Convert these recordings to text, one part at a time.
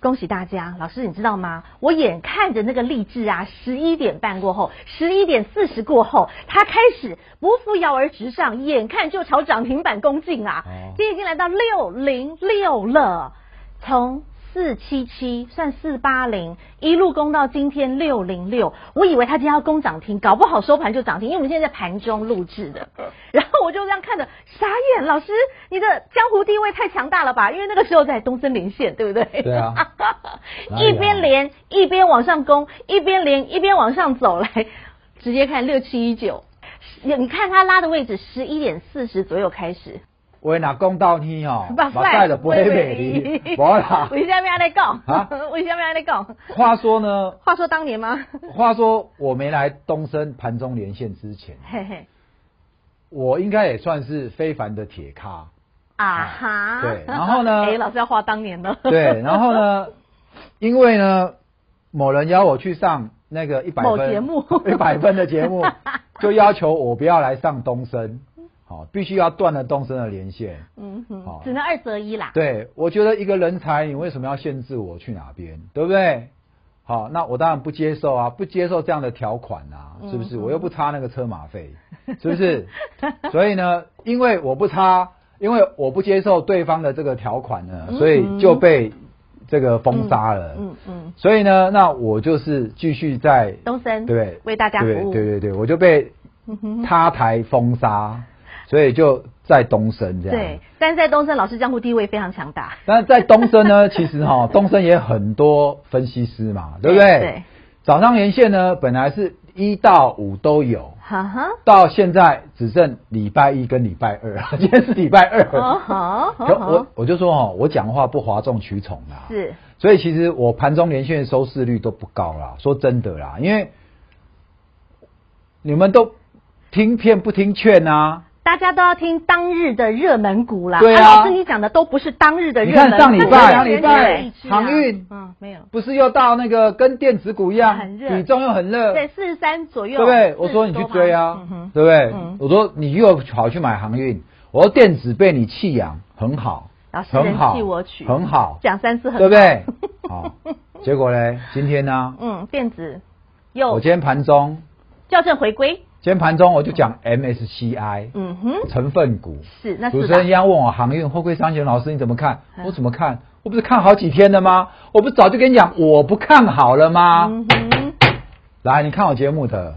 恭喜大家，老师，你知道吗？我眼看着那个励志啊，十一点半过后，十一点四十过后，它开始不负摇而直上，眼看就朝涨停板攻进啊！哦今天已经来到六零六了，从四七七算四八零，一路攻到今天六零六。我以为它今天要攻涨停，搞不好收盘就涨停，因为我们现在在盘中录制 的。然后我就这样看着傻眼，老师，你的江湖地位太强大了吧？因为那个时候在东森林线，对不对？对啊。哪 里一啊边连一边往上攻，一边连一边往上走来，直接看六七一九，你看它拉的位置十一点四十左右开始，我若讲到你哦， 把。目屎就飞袂离， 无啦 为什么要来讲 啊？为什么要来讲？话说呢，话说当年吗？ 话说我没来东升盘中连线之前，嘿嘿，我应该也算是非凡的铁咖，啊哈。对然后呢 哎，老师要画当年了。对。然后呢，因为呢，某人邀我去上那个一百某分节目 一百分的节 目，就要求我不要来上东升，好、必须要断了东升的连线。 嗯哼好，只能二择一啦。对，我觉得一个人才，你为什么要限制我去哪边，对不对？好，那我当然不接受啊，不接受这样的条款啊，是不是？嗯我又不差那个车马 费，是不是？所以呢，因为我不差，因为我不接受对方的这个条款呢，所以就被这个封杀了。嗯嗯，所以呢，那我就是继续在东森对为大家对服务对对对，我就被嗯哼他台封杀，所以就在东升这样。对，但是在东森老师江湖地位非常强大。但在东升呢，其实 哈、东升也很多分析师嘛，对不对？对。早上连线呢，本来是一到五都有，哈哈。到现在只剩礼拜一跟礼拜二， 今天是礼拜二。哦 好，可好我好我就说哦，我讲话不哗众取宠啦，，是所以其实我盘中连线的收视率都不高啦，说真的啦，因为你们都听骗不听劝啊，大家都要听当日的热门股啦。对啊老师你讲的都不是当日的热你门股，看上礼但是有些人拜上礼拜有意志啊航运嗯，没有，不是又到那个跟电子股一样，很热比重又很热，对，四十三左右，对不对？我40说你去多吗追啊嗯，哼对不对嗯？我说你又跑去买航运，我说电子被你弃养，很好老，师很好啊人弃我取，很好，讲三次很对 不？对？好，结果嘞，今天呢，嗯，电子我又今天盘中，校正回归，今天盘中我就讲 MSCI 嗯哼，成分股，是那主是持人吧一样问我航运货柜三雄老师你怎么看？嗯我怎么看？我不是看好几天了吗？我不是早就跟你讲我不看好了吗？嗯哼，来，你看我节目的，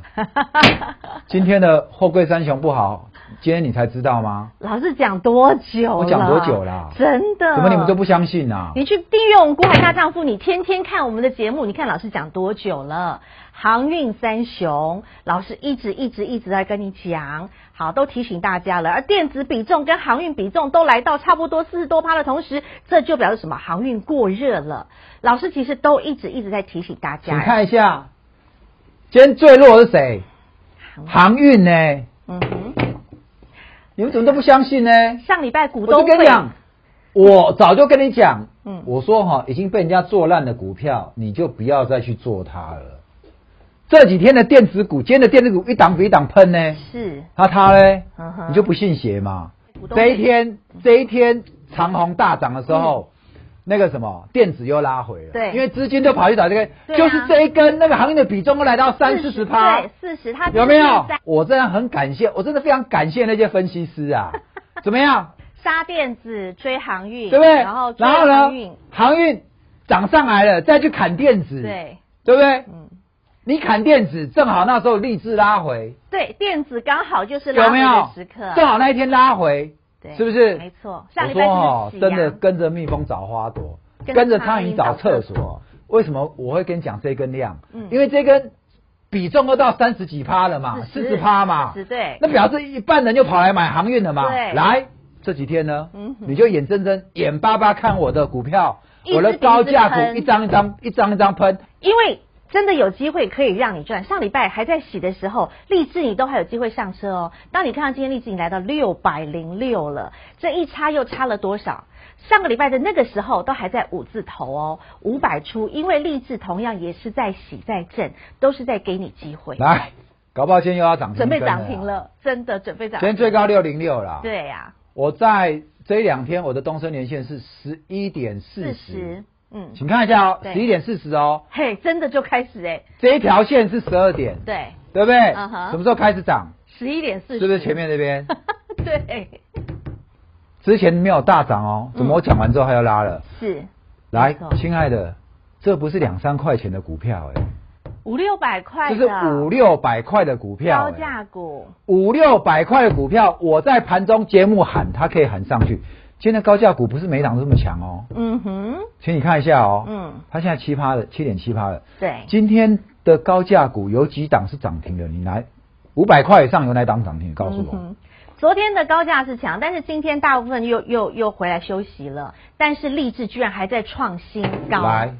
今天的货柜三雄不好，今天你才知道吗？老师讲多久了？我讲多久啦真的？怎么你们都不相信啊？你去订阅我们《股海大丈夫》，你天天看我们的节目，你看老师讲多久了？航运三雄，老师一直一直一直在跟你讲，好，都提醒大家了。而电子比重跟航运比重都来到差不多四十多趴的同时，这就表示什么？航运过热了。老师其实都一直一直在提醒大家。请看一下，今天最弱的是谁？航运呢？嗯哼，你们怎么都不相信呢？上礼拜股我东就跟你会，讲，我早就跟你讲，嗯我说哈、已经被人家做烂的股票，你就不要再去做它了。这几天的电子股，今天的电子股一档比一档喷呢，是那它嘞嗯，哼你就不信邪嘛？股东这一会天，这一天长虹大涨的时候，那个什么电子又拉回了，嗯对因为资金都跑去找这个，对啊就是这一根那个行业的比重都来到三四十趴，对，四十，他有没有？我真的很感谢，我真的非常感谢那些分析 师啊，怎么样，杀电子追航运，对不对？然后追呢航运，，航运涨上来了，再去砍电子，，对，对不对？嗯。你砍电子，正好那时候立志拉回，对，电子刚好就是拉有回没有的时刻，？啊正好那一天拉回，对，是不是？没错，上礼我说拜哦就是，真的喜跟着蜜蜂找花朵，跟着跟着苍苍蝇蝇找找厕厕所所。为什么我会跟你讲这根量？嗯因为这根比重都到三十几趴了嘛， 40四十趴嘛， 40对那表示一半人就跑来买航运了嘛。对来这几天呢嗯，哼你就眼睁睁、眼巴巴看我的股票一，直我的高价股比一直喷一张一张、一张一张喷，羊，因为真的有机会可以让你赚。上礼拜还在洗的时候，立志你都还有机会上车哦。当你看到今天立志你来到六百零六了，这一差又差了多少？上个礼拜的那个时候都还在五字头哦，五百出，因为立志同样也是在洗在挣，都是在给你机会。来，搞不好今天又要涨停，准备涨停。了，真的准备涨今停。天最高六零六啦。，对啊呀、我在这两天我的东升年限是十一点四四十十，，嗯，请看一下哦，对十一点四十哦，嘿，真的就开始哎，这一条线是十二点，对，对不对？嗯哼什么时候开始涨？十一点四是十，不是前？面这边？ 对， 之前没有大涨哦，怎么我讲完之后它又拉了？是来嗯没错，亲爱的，这不是两三块钱的股票哎，五六百块这的，是五六百块的股票高哎，价股，五六百块的股票，我在盘中节目喊它可以喊上去。今天的高价股不是每档都这么强哦，嗯哼，请你看一下哦，嗯，它现在七趴了，七点七趴了。对，今天的高价股有几档是涨停的？你来五百块以上有哪档涨停？告诉我。嗯哼昨天的高价是强，但是今天大部分又又又回来休息了，但是励志居然还在创新高，来，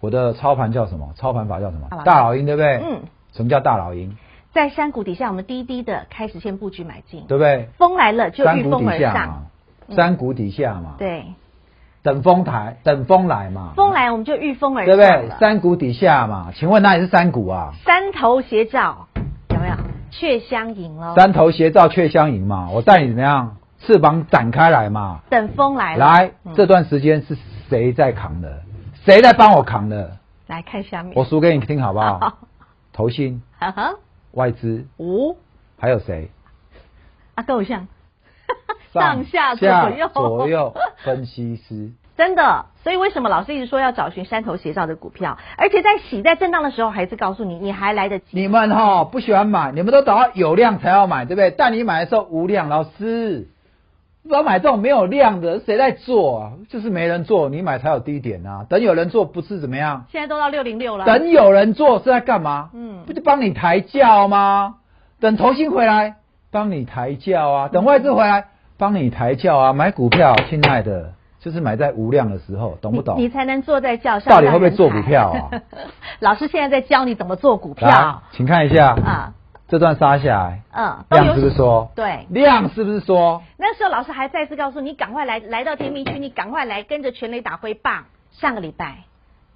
我的操盘叫什么？操盘法叫什么大老？鹰大老鹰，对不对？嗯。什么叫大老鹰？在山谷底下，我们低低的开始先布局买进，对不对？风来了就山御谷风而底下上，嗯嘛，山谷底下嘛，，对，等风台，等风来嘛，风，来我们就御风而对上不对了？山谷底下嘛，请问哪里是山谷啊？三头斜照，有没有？却相迎喽。山头斜照却相迎嘛，我带你怎么样？翅膀展开来嘛，等风来了，来嗯，这段时间是谁在扛的？谁在帮我扛的？来看下面，我数给你听好 不好？投信、哈哈，外资，五还有谁？啊，够像，上下左右 左右分析师，真的。所以为什么老师一直说要找寻山头斜照的股票，而且在洗在震荡的时候，还是告诉你，你还来得及。你们哈、不喜欢买，你们都等到有量才要买，对不对？但你买的时候无量，老师，不要买这种没有量的，谁在做啊？就是没人做，你买才有低点啊。等有人做不是怎么样？现在都到六零六了，等有人做是在干嘛？嗯不就帮你抬轿吗？等投信回来帮你抬轿嗯啊，等外资回来帮你抬轿啊。买股票，亲爱的，就是买在无量的时候，懂不懂？你你才能坐在轿上。到底会不会做股票啊让人才？ 老师现在在教你怎么做股来票，请看一下、啊，这段杀下来，嗯，都量是不有是说？对。量是不是说？那时候老师还再次告诉你，赶快来，来到甜蜜区，你赶快来跟着全垒打挥棒。上个礼拜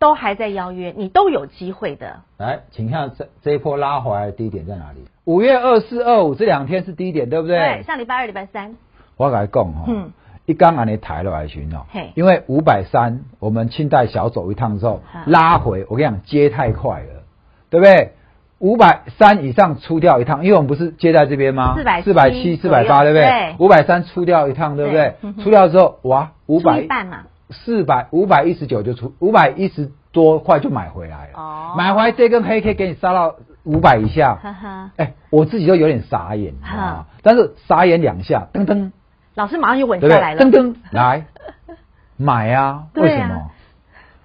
都还在邀约，你都有机会的。来，请看这这一波拉回来的低点在哪里？五月二四、二五这两天是低点，对不哦对？上礼拜二、礼拜三，我来讲哈、嗯一刚安尼抬落来寻哦嘿，因为五百三我们清代小走一趟之后啊拉回，我跟你讲接太快了，对不对？五百三以上出掉一趟，因为我们不是接在这边吗？ 470四百七、四左百右八，对不对对？五百三出掉一趟，对不对对嗯？哼出掉之后，哇，五出一百半嘛，四百五百一十九就出，五百一十多块就买回来了。哦买回来这根黑 K 给你杀到五百以下，哈哈。哎、我自己都有点傻眼哈啊！但是傻眼两下，噔噔，老师马上就稳对不下对？来了，噔噔，来买啊！为对什啊么？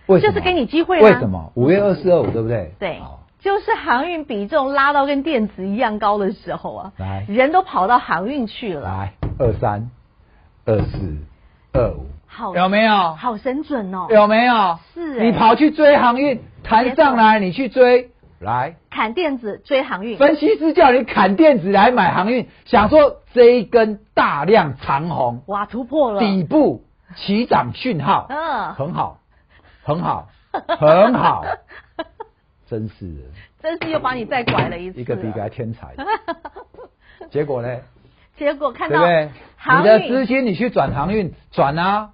为什么？就是给你机会啊为什么？五月二四二五，对不对？对好，就是航运比重拉到跟电子一样高的时候啊，来人都跑到航运去了，来二三、二四、二五，好有没有？好神准哦，有没有？是你哎跑去追航运，弹上来，你去追，来。砍电子追航运，分析师叫你砍电子来买航运，想说这一根大量长红哇，突破了，底部起涨讯号，嗯很好，很好，很好，真是的，真是又把你再拐了一次，啊一个比一个还，天 才。结果呢，结果看对到不对？你航的资运金你去转航运，转啊，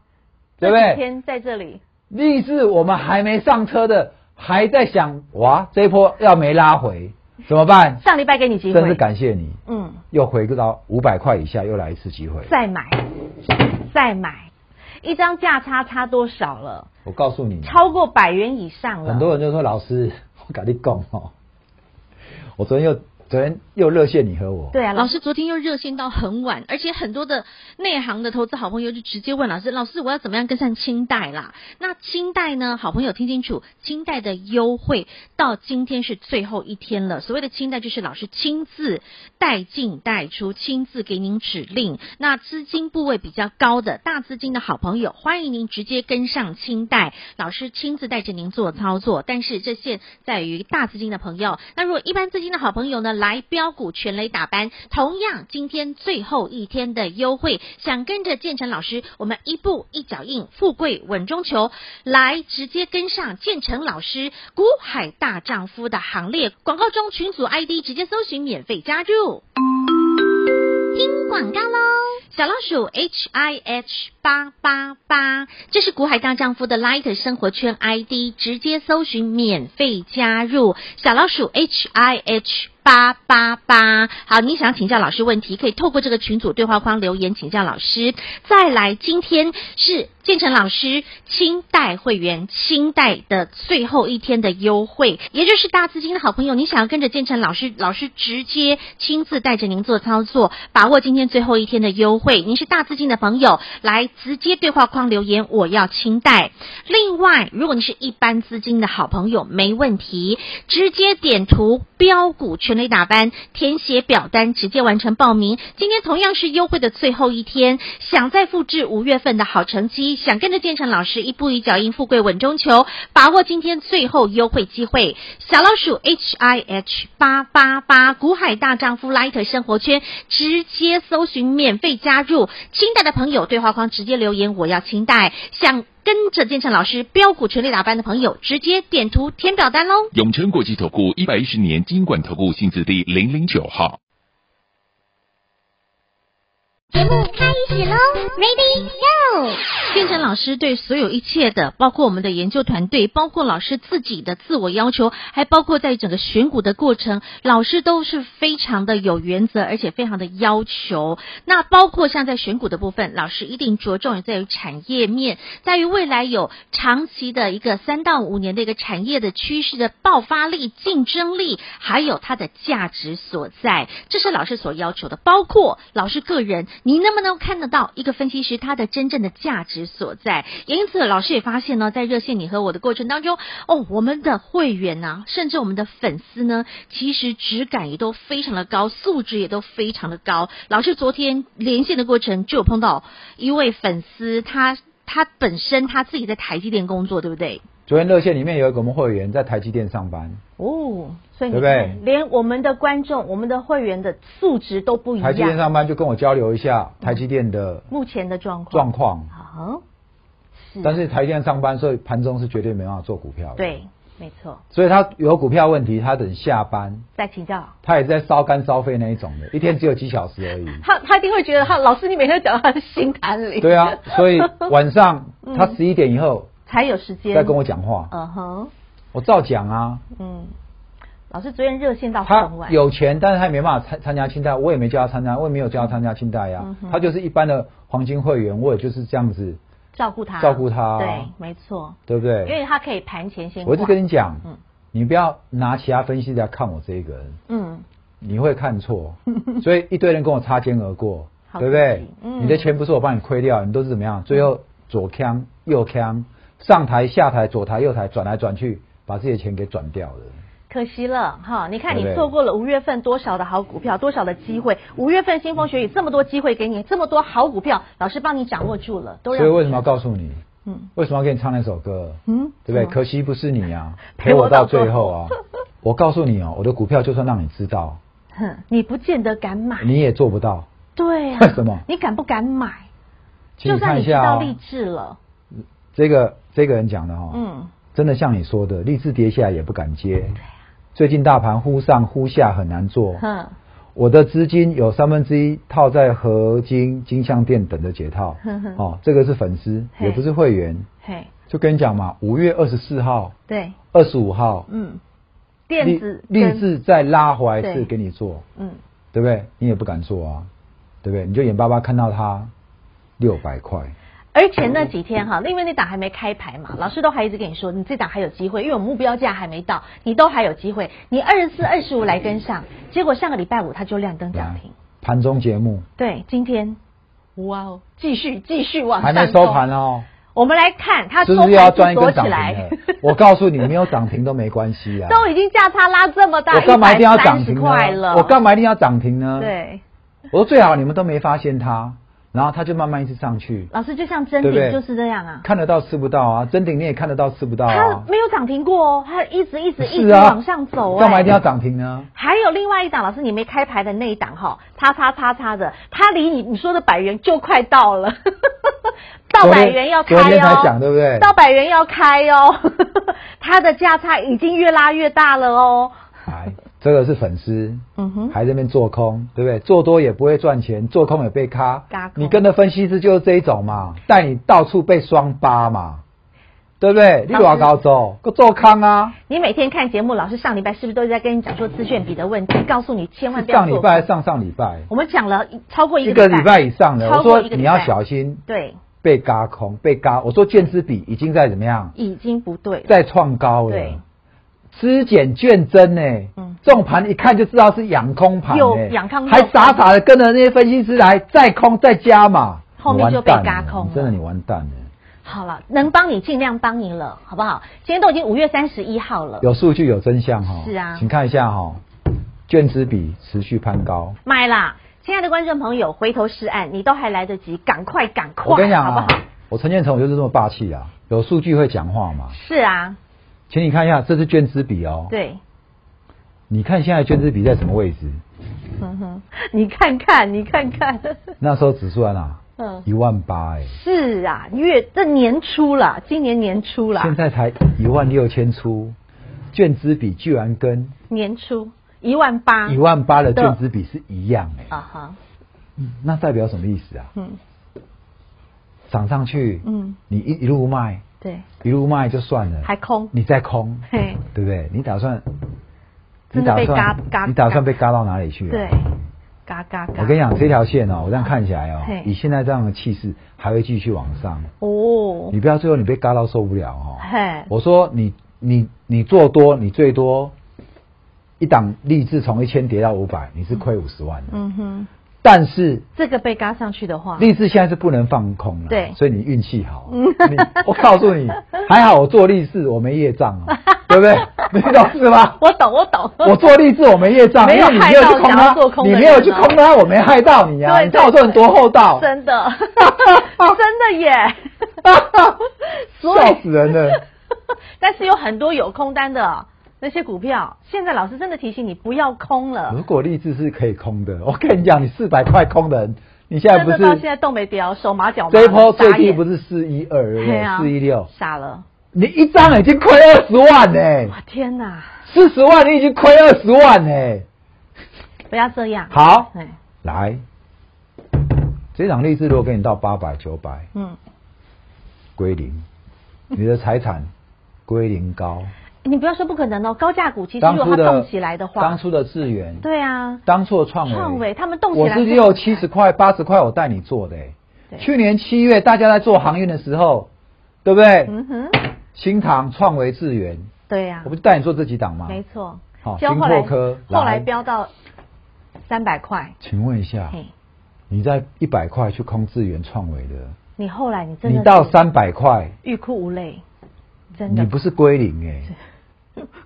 对不这几对？天在这里，立志我们还没上车的，还在想哇，这一波要没拉回怎么办？上礼拜给你机会，真是感谢你，嗯，又回到五百块以下，又来一次机会。再买，再买，一张价差差多少了？我告诉你，超过百元以上了。 很多人就说老师，我跟你讲哦，我昨天又昨天又热线你和我，对啊，老师昨天又热线到很晚，而且很多的内行的投资好朋友就直接问老师：“老师，我要怎么样跟上清代啦？”那清代呢？好朋友听清楚，清代的优惠到今天是最后一天了。所谓的清代，就是老师亲自带进带出，亲自给您指令。那资金部位比较高的大资金的好朋友，欢迎您直接跟上清代，老师亲自带着您做操作。但是这现在于大资金的朋友，那如果一般资金的好朋友呢，来标股全雷打班，同样今天最后一天的优惠，想跟着建成老师，我们一步一脚印，富贵稳中求，来直接跟上建成老师股海大丈夫的行列。广告中群组 ID 直接搜寻免费加入。听广告喽！小老鼠 H I H 八八八，这是股海大丈夫的 Light 生活圈 ID，直接搜寻免费加入。小老鼠 H I H 八八八，好，你想请教老师问题，可以透过这个群组对话框留言请教老师。再来，今天是建成老师清代会员清代的最后一天的优惠，也就是大资金的好朋友，你想要跟着建成老师，老师直接亲自带着您做操作，把握今天最后一天的优惠。您是大资金的朋友，来直接对话框留言，我要清代。另外，如果你是一般资金的好朋友，没问题，直接点图标股全垒打班，填写表单，直接完成报名。今天同样是优惠的最后一天，想再复制五月份的好成绩，想跟着建成老师一步一脚印，富贵稳中求，把握今天最后优惠机会。小老鼠 H I H 八八八，股海大丈夫 Light 生活圈，直接搜寻免费加入。清代的朋友对话框直接留言，我要清代。想跟着建成老师标股全力打班的朋友，直接点图填表单喽。永诚国际投顾一百一十年金管投顾性质第零零九号。节目开始喽，Ready Go！建成老师对所有一切的，包括我们的研究团队，包括老师自己的自我要求，还包括在整个选股的过程，老师都是非常的有原则，而且非常的要求。那包括像在选股的部分，老师一定着重于在于产业面，在于未来有长期的一个三到五年的一个产业的趋势的爆发力、竞争力，还有它的价值所在，这是老师所要求的。包括老师个人，你能不能看得到一个分析师他的真正的价值所在？也因此，老师也发现呢，在热线你和我的过程当中，哦，我们的会员呐、甚至我们的粉丝呢，其实质感也都非常的高，素质也都非常的高。老师昨天连线的过程就有碰到一位粉丝，他他本身他自己在台积电工作，对不对？昨天热线里面有一个我们会员在台积电上班，哦，所以对你不对看，连我们的观众、我们的会员的素质都不一台积电样。嗯上班就跟我交流一下台积电的目前的状况，状况，好，是，但是台积电上班，所以盘中是绝对没办法做股票的。嗯对，，没错，所以他有股票问题，他等下班，再请教。他也是在烧干烧肺那一种的，一天只有几小时而已。 他他一定会觉得，他老师你每天都讲到他的心坎里，对啊，所以晚 上他十一点以后才有时间再跟我，讲话，嗯哼，我照讲啊。嗯，老师昨天热线到他很晚，有钱，但是他也没办法参参加清代，我也没叫他参加，我也没有叫他参加清代呀、嗯哼他就是一般的黄金会员，我也就是这样子，照顾他，照顾他对，没错，对不因对？为他可以盘前先我挂，一直跟你讲，嗯你不要拿其他分析来看我这一个人，嗯，你会看错，所以一堆人跟我擦肩而过，好对不对刺激？嗯你的钱不是我帮你亏掉，你都是怎么样？最后左扛右扛，上台下台，左台右台，转来转去，把自己的钱给转掉了。可惜了哈，你看对不你对错过了五月份多少的好股票，多少的机会，五月份腥风血雨这么多机会给你，这么多好股票，老师帮你掌握住了，都所让以你为什么要告诉你？嗯为什么要给你唱那首歌？嗯对不对？什么可惜不是你 啊，陪陪我我到到最最后后啊！我告诉你哦，我的股票就算让你知道，哼，你不见得敢买，你也做不到。对啊，为 什么你敢不敢买？请就算你看你一知下道哦，励志了，这个这个人讲的哈、哦，嗯，真的像你说的，励志跌下来也不敢接。啊最近大盘忽上忽下，很难做。哼。我的资金有三分之一套在合金、金项店等着解套哼哼。哦，这个是粉丝，嘿也不是会员。嘿，就跟你讲嘛，五月二十四号、对，二十五号，嗯，电子励跟励，志再拉回来一对次给你做。嗯，对不对？你也不敢做啊，对不对？你就眼巴巴看到它六百块，而且那几天哈，因为那档还没开牌嘛，老师都还一直跟你说，你这档还有机会，因为我们目标价还没到，你都还有机会，你二十四、二十五来跟上。结果上个礼拜五它就亮灯涨停，盘中节目对，今天哇哦，继续继续往还上没收盘哦，我们来看它收是不盘是又要赚是一躲根起涨停来了，？我告诉你，没有涨停都没关系 啊。都已经价差拉这么大，我干嘛一定要涨130停块了？呢？我干嘛一定要涨停呢？，对，我说最好你们都没发现它，然后它就慢慢一直上去，老师就像真对不顶对就是这样啊。看得到吃不到啊，真顶你也看得到吃不到它啊。没有涨停过哦，它一直一直一是直啊，往上走、哎干嘛一定要涨停 呢？还有另外一档，老师你没开牌的那一档哈，叉叉叉叉的，它离你你说的百元就快到了， 到百元要开昨天才哦讲，对不对？到百元要开哦， 它的价差已经越拉越大了哦。哎，这个是粉丝，嗯哼，还在那边做空，对不对？做多也不会赚钱，做空也被咖嘎空。你跟着分析师就是这一种嘛，带你到处被双八嘛，对不对？你往高走，个做康啊！你每天看节目，老师上礼拜是不是都在跟你讲说资券比的问题？告诉你千万不要上做。礼拜还是上上礼拜，我们讲了超过一一个个礼拜以上的，超我过说一个你礼拜要小心对，被嘎空，被嘎。我说券资比已经在怎么样，已经不对了。在创高嗯对了。知减券增呢、嗯这种盘一看就知道是养空盘、欸，有养空还有空傻傻的跟着那些分析师来再空再加嘛，后面就被嘎空了你完蛋了真的你完蛋了，好了，能帮你尽量帮你了，好不好？今天都已经五月三十一号了，有数据有真相哈、是啊请看一下哈、券资比持续攀高，买啦！亲爱的观众朋友，回头是岸，你都还来得及，赶快赶快，我跟你讲好啊不好？，我陈建成我就是这么霸气啊，有数据会讲话嘛，是啊，请你看一下这是券资比哦，对，你看现在券资比在什么位置？嗯哼，你看看，你看看，那时候指数在哪？嗯，一万八哎，是啊，月这年初了，今年年初了，现在才一万六千出，券资比居然跟年初一万八，一万八的券资比是一样哎、啊哈，那代表什么意思啊？嗯涨上去，嗯，你一一路卖，对，一路卖就算了，还空，你再空，嘿，对不对？你打算，你真的打被嘎算嘎，你打算被嘎到哪里去、啊？对，嘎嘎嘎，我跟你讲，这条线哦，我这样看起来哦嘿，以现在这样的气势，还会继续往上。哦，你不要最后你被嘎到受不了哦。嘿，我说你你你做多，你最多一档励志从一千跌到五百，你是亏五十万的。嗯哼，但是这个被嘎上去的话，励志现在是不能放空了，对嗯所以你运气好。你我告诉 你，还好我做励志，我没业障啊， 对不对？你懂 是吗？我懂，我懂，我做励志，我没业障，没因有为你没有去害到空想要它做，空的你人没有去哦空它，我没害到你啊！对你知道我对做人多厚道，啊真 的，真的耶。 所 笑死以，人了。但是有很多有空单的那些股票，现在老师真的提醒你不要空 如了。果励志是可以空的，我跟你讲，你四百块空的人，你现在真不的是到现在动没标，手麻脚麻。这一波最傻低眼不是四一二，对对不对啊？四一六，傻了，你一张已经亏二十万呢、哇天哪！四十万你已经亏二十万呢、不要这样。好，哎，来，这场励志如果给你到八百九百嗯，归零，你的财产归零高。你不要说不可能哦，高价 股其实当如初果它的动起来的当话，初的智源，对啊，当初的创维，创维他们动起我来是动六起来七十块八十块我带你做的、欸对，去年七月大家在做航运的时候，对不对？嗯哼，新唐、创维、智源，对呀我，不是带你做这几档吗？没错。好结果后来新拓科后来来飙到三百块，请问一下，嘿，你在一百块去空智源、创维的，你后来你真的你到是三百块，欲哭无泪，真的你不是归零哎、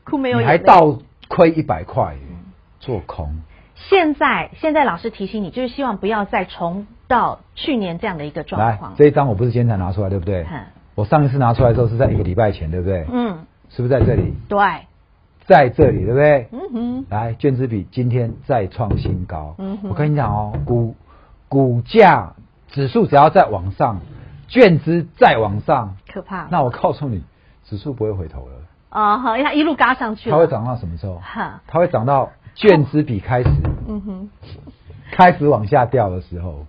哭没有嗯你眼还泪。倒亏一百块欸、做空。现在，现在老师提醒你，就是希望不要再重到去年这样的一个状来况，。这一张我不是今天才拿出来，对不对嗯？我上一次拿出来的时候是在一个礼拜前，对不对？嗯，是不是在这里？对，在这里，对不对？嗯哼，来，卷子比今天再创新高。嗯哼我跟你讲哦，股股价指数只要再往上，卷资再往上，可怕。那我告诉你，指数不会回头了。啊哈，因为它一路嘎上去啊它了。会涨到什么时候哈？它会涨到卷资比开始嗯哼，开始往下掉的时候。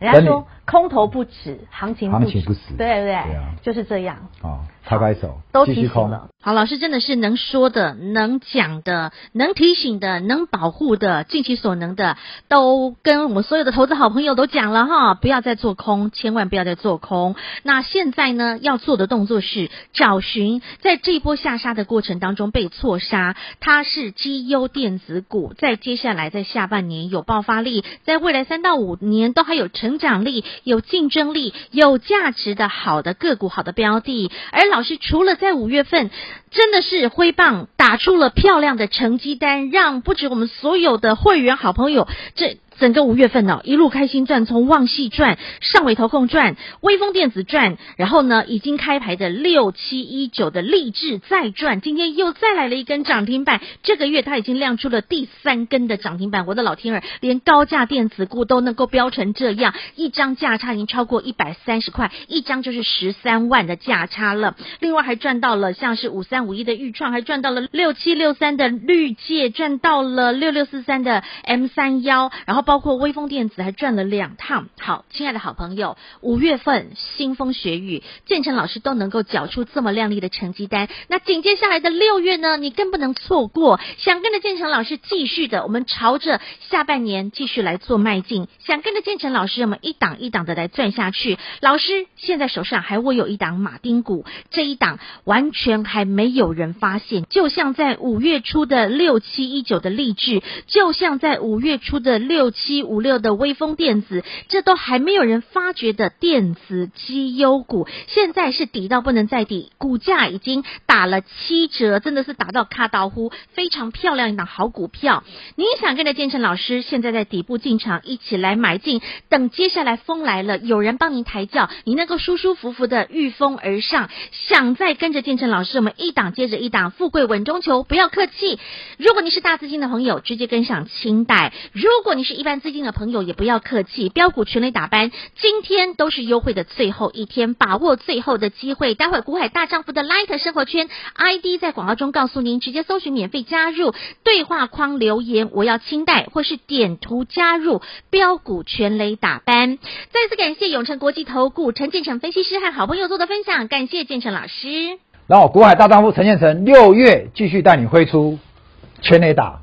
人家等说你空头不止，行情行止情不止对对对，对啊就是这样。哦，拍拍手，都继提续醒空。了，好，老师真的是能说的、能讲的、能提醒的、能保护的，尽其所能的，都跟我们所有的投资好朋友都讲了哈，不要再做空，千万不要再做空。那现在呢，要做的动作是找寻在这一波下杀的过程当中被错杀，它是绩优电子股，在接下来在下半年有爆发力，在未来三到五年都还有成长力、有竞争力、有价值的好的个股、好的标的。而老师除了在五月份真的是挥棒打出了漂亮的成绩单，让不止我们所有的会员好朋友这。整个五月份哦，一路开心赚，从旺系赚、上尾投控赚、微风电子赚，然后呢，已经开牌的六七一九的励志再赚，今天又再来了一根涨停板。这个月它已经亮出了第三根的涨停板，我的老天儿，连高价电子股都能够飙成这样，一张价差已经超过一百三十块，一张就是十三万的价差了。另外还赚到了像是五三五一的预创，还赚到了六七六三的绿界，赚到了六六四三的 M 三幺，然后包括微风电子还赚了两趟。好，亲爱的好朋友，五月份腥风血雨，建成老师都能够缴出这么亮丽的成绩单，那紧接下来的六月呢，你更不能错过。想跟着建成老师继续的，我们朝着下半年继续来做迈进。想跟着建成老师，我们一档一档的来赚下去。老师现在手上还握有一档马丁股，这一档完全还没有人发现，就像在五月初的六七一九的励志，就像在五月初的六七五六的微风电子，这都还没有人发掘的电子绩优股，现在是底到不能再底，股价已经打了七折，真的是打到卡到呼，非常漂亮一档好股票。你想跟着建成老师现在在底部进场，一起来买进，等接下来风来了，有人帮您抬轿，你能够舒舒服服的御风而上。想再跟着建成老师，我们一档接着一档，富贵稳中求，不要客气。如果你是大资金的朋友，直接跟上清代；如果你是一般资金的朋友，也不要客气，标股全力打班，今天都是优惠的最后一天，把握最后的机会。待会儿股海大丈夫的 Light 生活圈 ID 在广告中告诉您，直接搜寻免费加入，对话框留言我要清代，或是点图加入标股全雷打班。再次感谢永诚国际投顾陈建成分析师和好朋友做的分享，感谢建成老师。然后国海大丈夫陈建成六月继续带你挥出全垒打。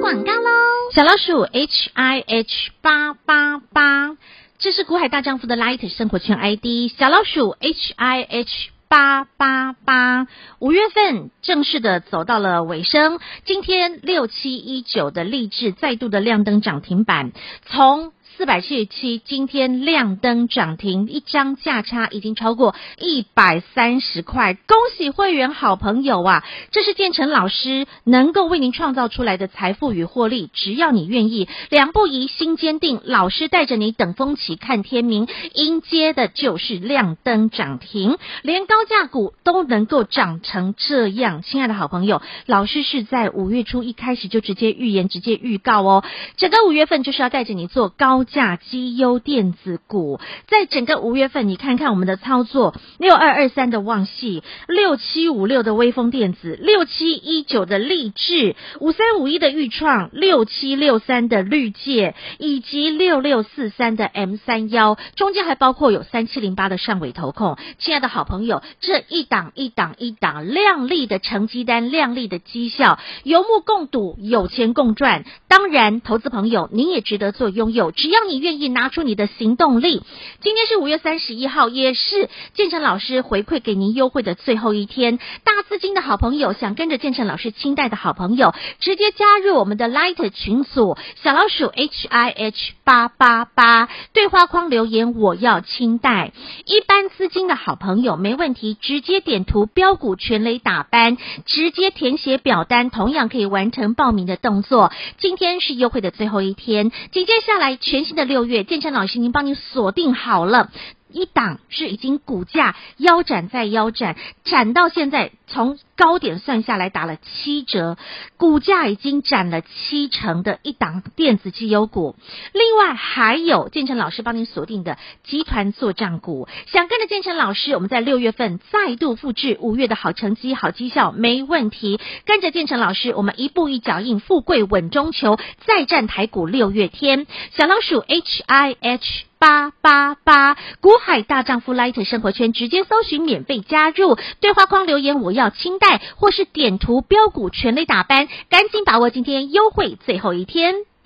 广告喽。小老鼠 H I H 八八八，这是股海大丈夫的 Light 生活圈 ID，小老鼠 H I H。八八八，五月份正式的走到了尾声。今天六七一九的励志再度的亮灯涨停板，从四百七十七，今天亮灯涨停，一张价差已经超过一百三十块，恭喜会员好朋友啊！这是建成老师能够为您创造出来的财富与获利，只要你愿意，两步一心坚定，老师带着你等风起，看天明，迎接的就是亮灯涨停，连高价股都能够涨成这样，亲爱的好朋友，老师是在五月初一开始就直接预言、直接预告哦，整个五月份就是要带着你做高价绩优电子股，在整个五月份，你看看我们的操作，六二二三的旺系，六七五六的微风电子，六七一九的励志，五三五一的豫创，六七六三的绿界，以及六六四三的 M 三幺，中间还包括有三七零八的上尾投控。亲爱的好朋友，这一档一档一档亮丽的成绩单，亮丽的绩效，有目共睹，有钱共赚。当然，投资朋友，你也值得做拥有，只要你愿意拿出你的行动力。今天是五月三十一号，也是建成老师回馈给您优惠的最后一天。大资金的好朋友，想跟着建成老师清代的好朋友，直接加入我们的 Light 群组，小老鼠 H I H 八八八，对话框留言我要清代。一般资金的好朋友没问题，直接点图标股全雷打班，直接填写表单，同样可以完成报名的动作。今天是优惠的最后一天，紧接下来全新的六月，建成老师已经帮你锁定好了。一档是已经股价腰斩再腰斩，斩到现在从高点算下来打了七折，股价已经斩了七成的一档电子绩优股。另外还有建成老师帮您锁定的集团做账股，想跟着建成老师，我们在六月份再度复制五月的好成绩、好绩效，没问题。跟着建成老师，我们一步一脚印，富贵稳中求，再战台股六月天。小老鼠 H I H。八八八，股海大丈夫 Light 生活圈直接搜寻免费加入，对话框留言我要清代，或是点图标股全类打班，赶紧把握今天优惠最后一天。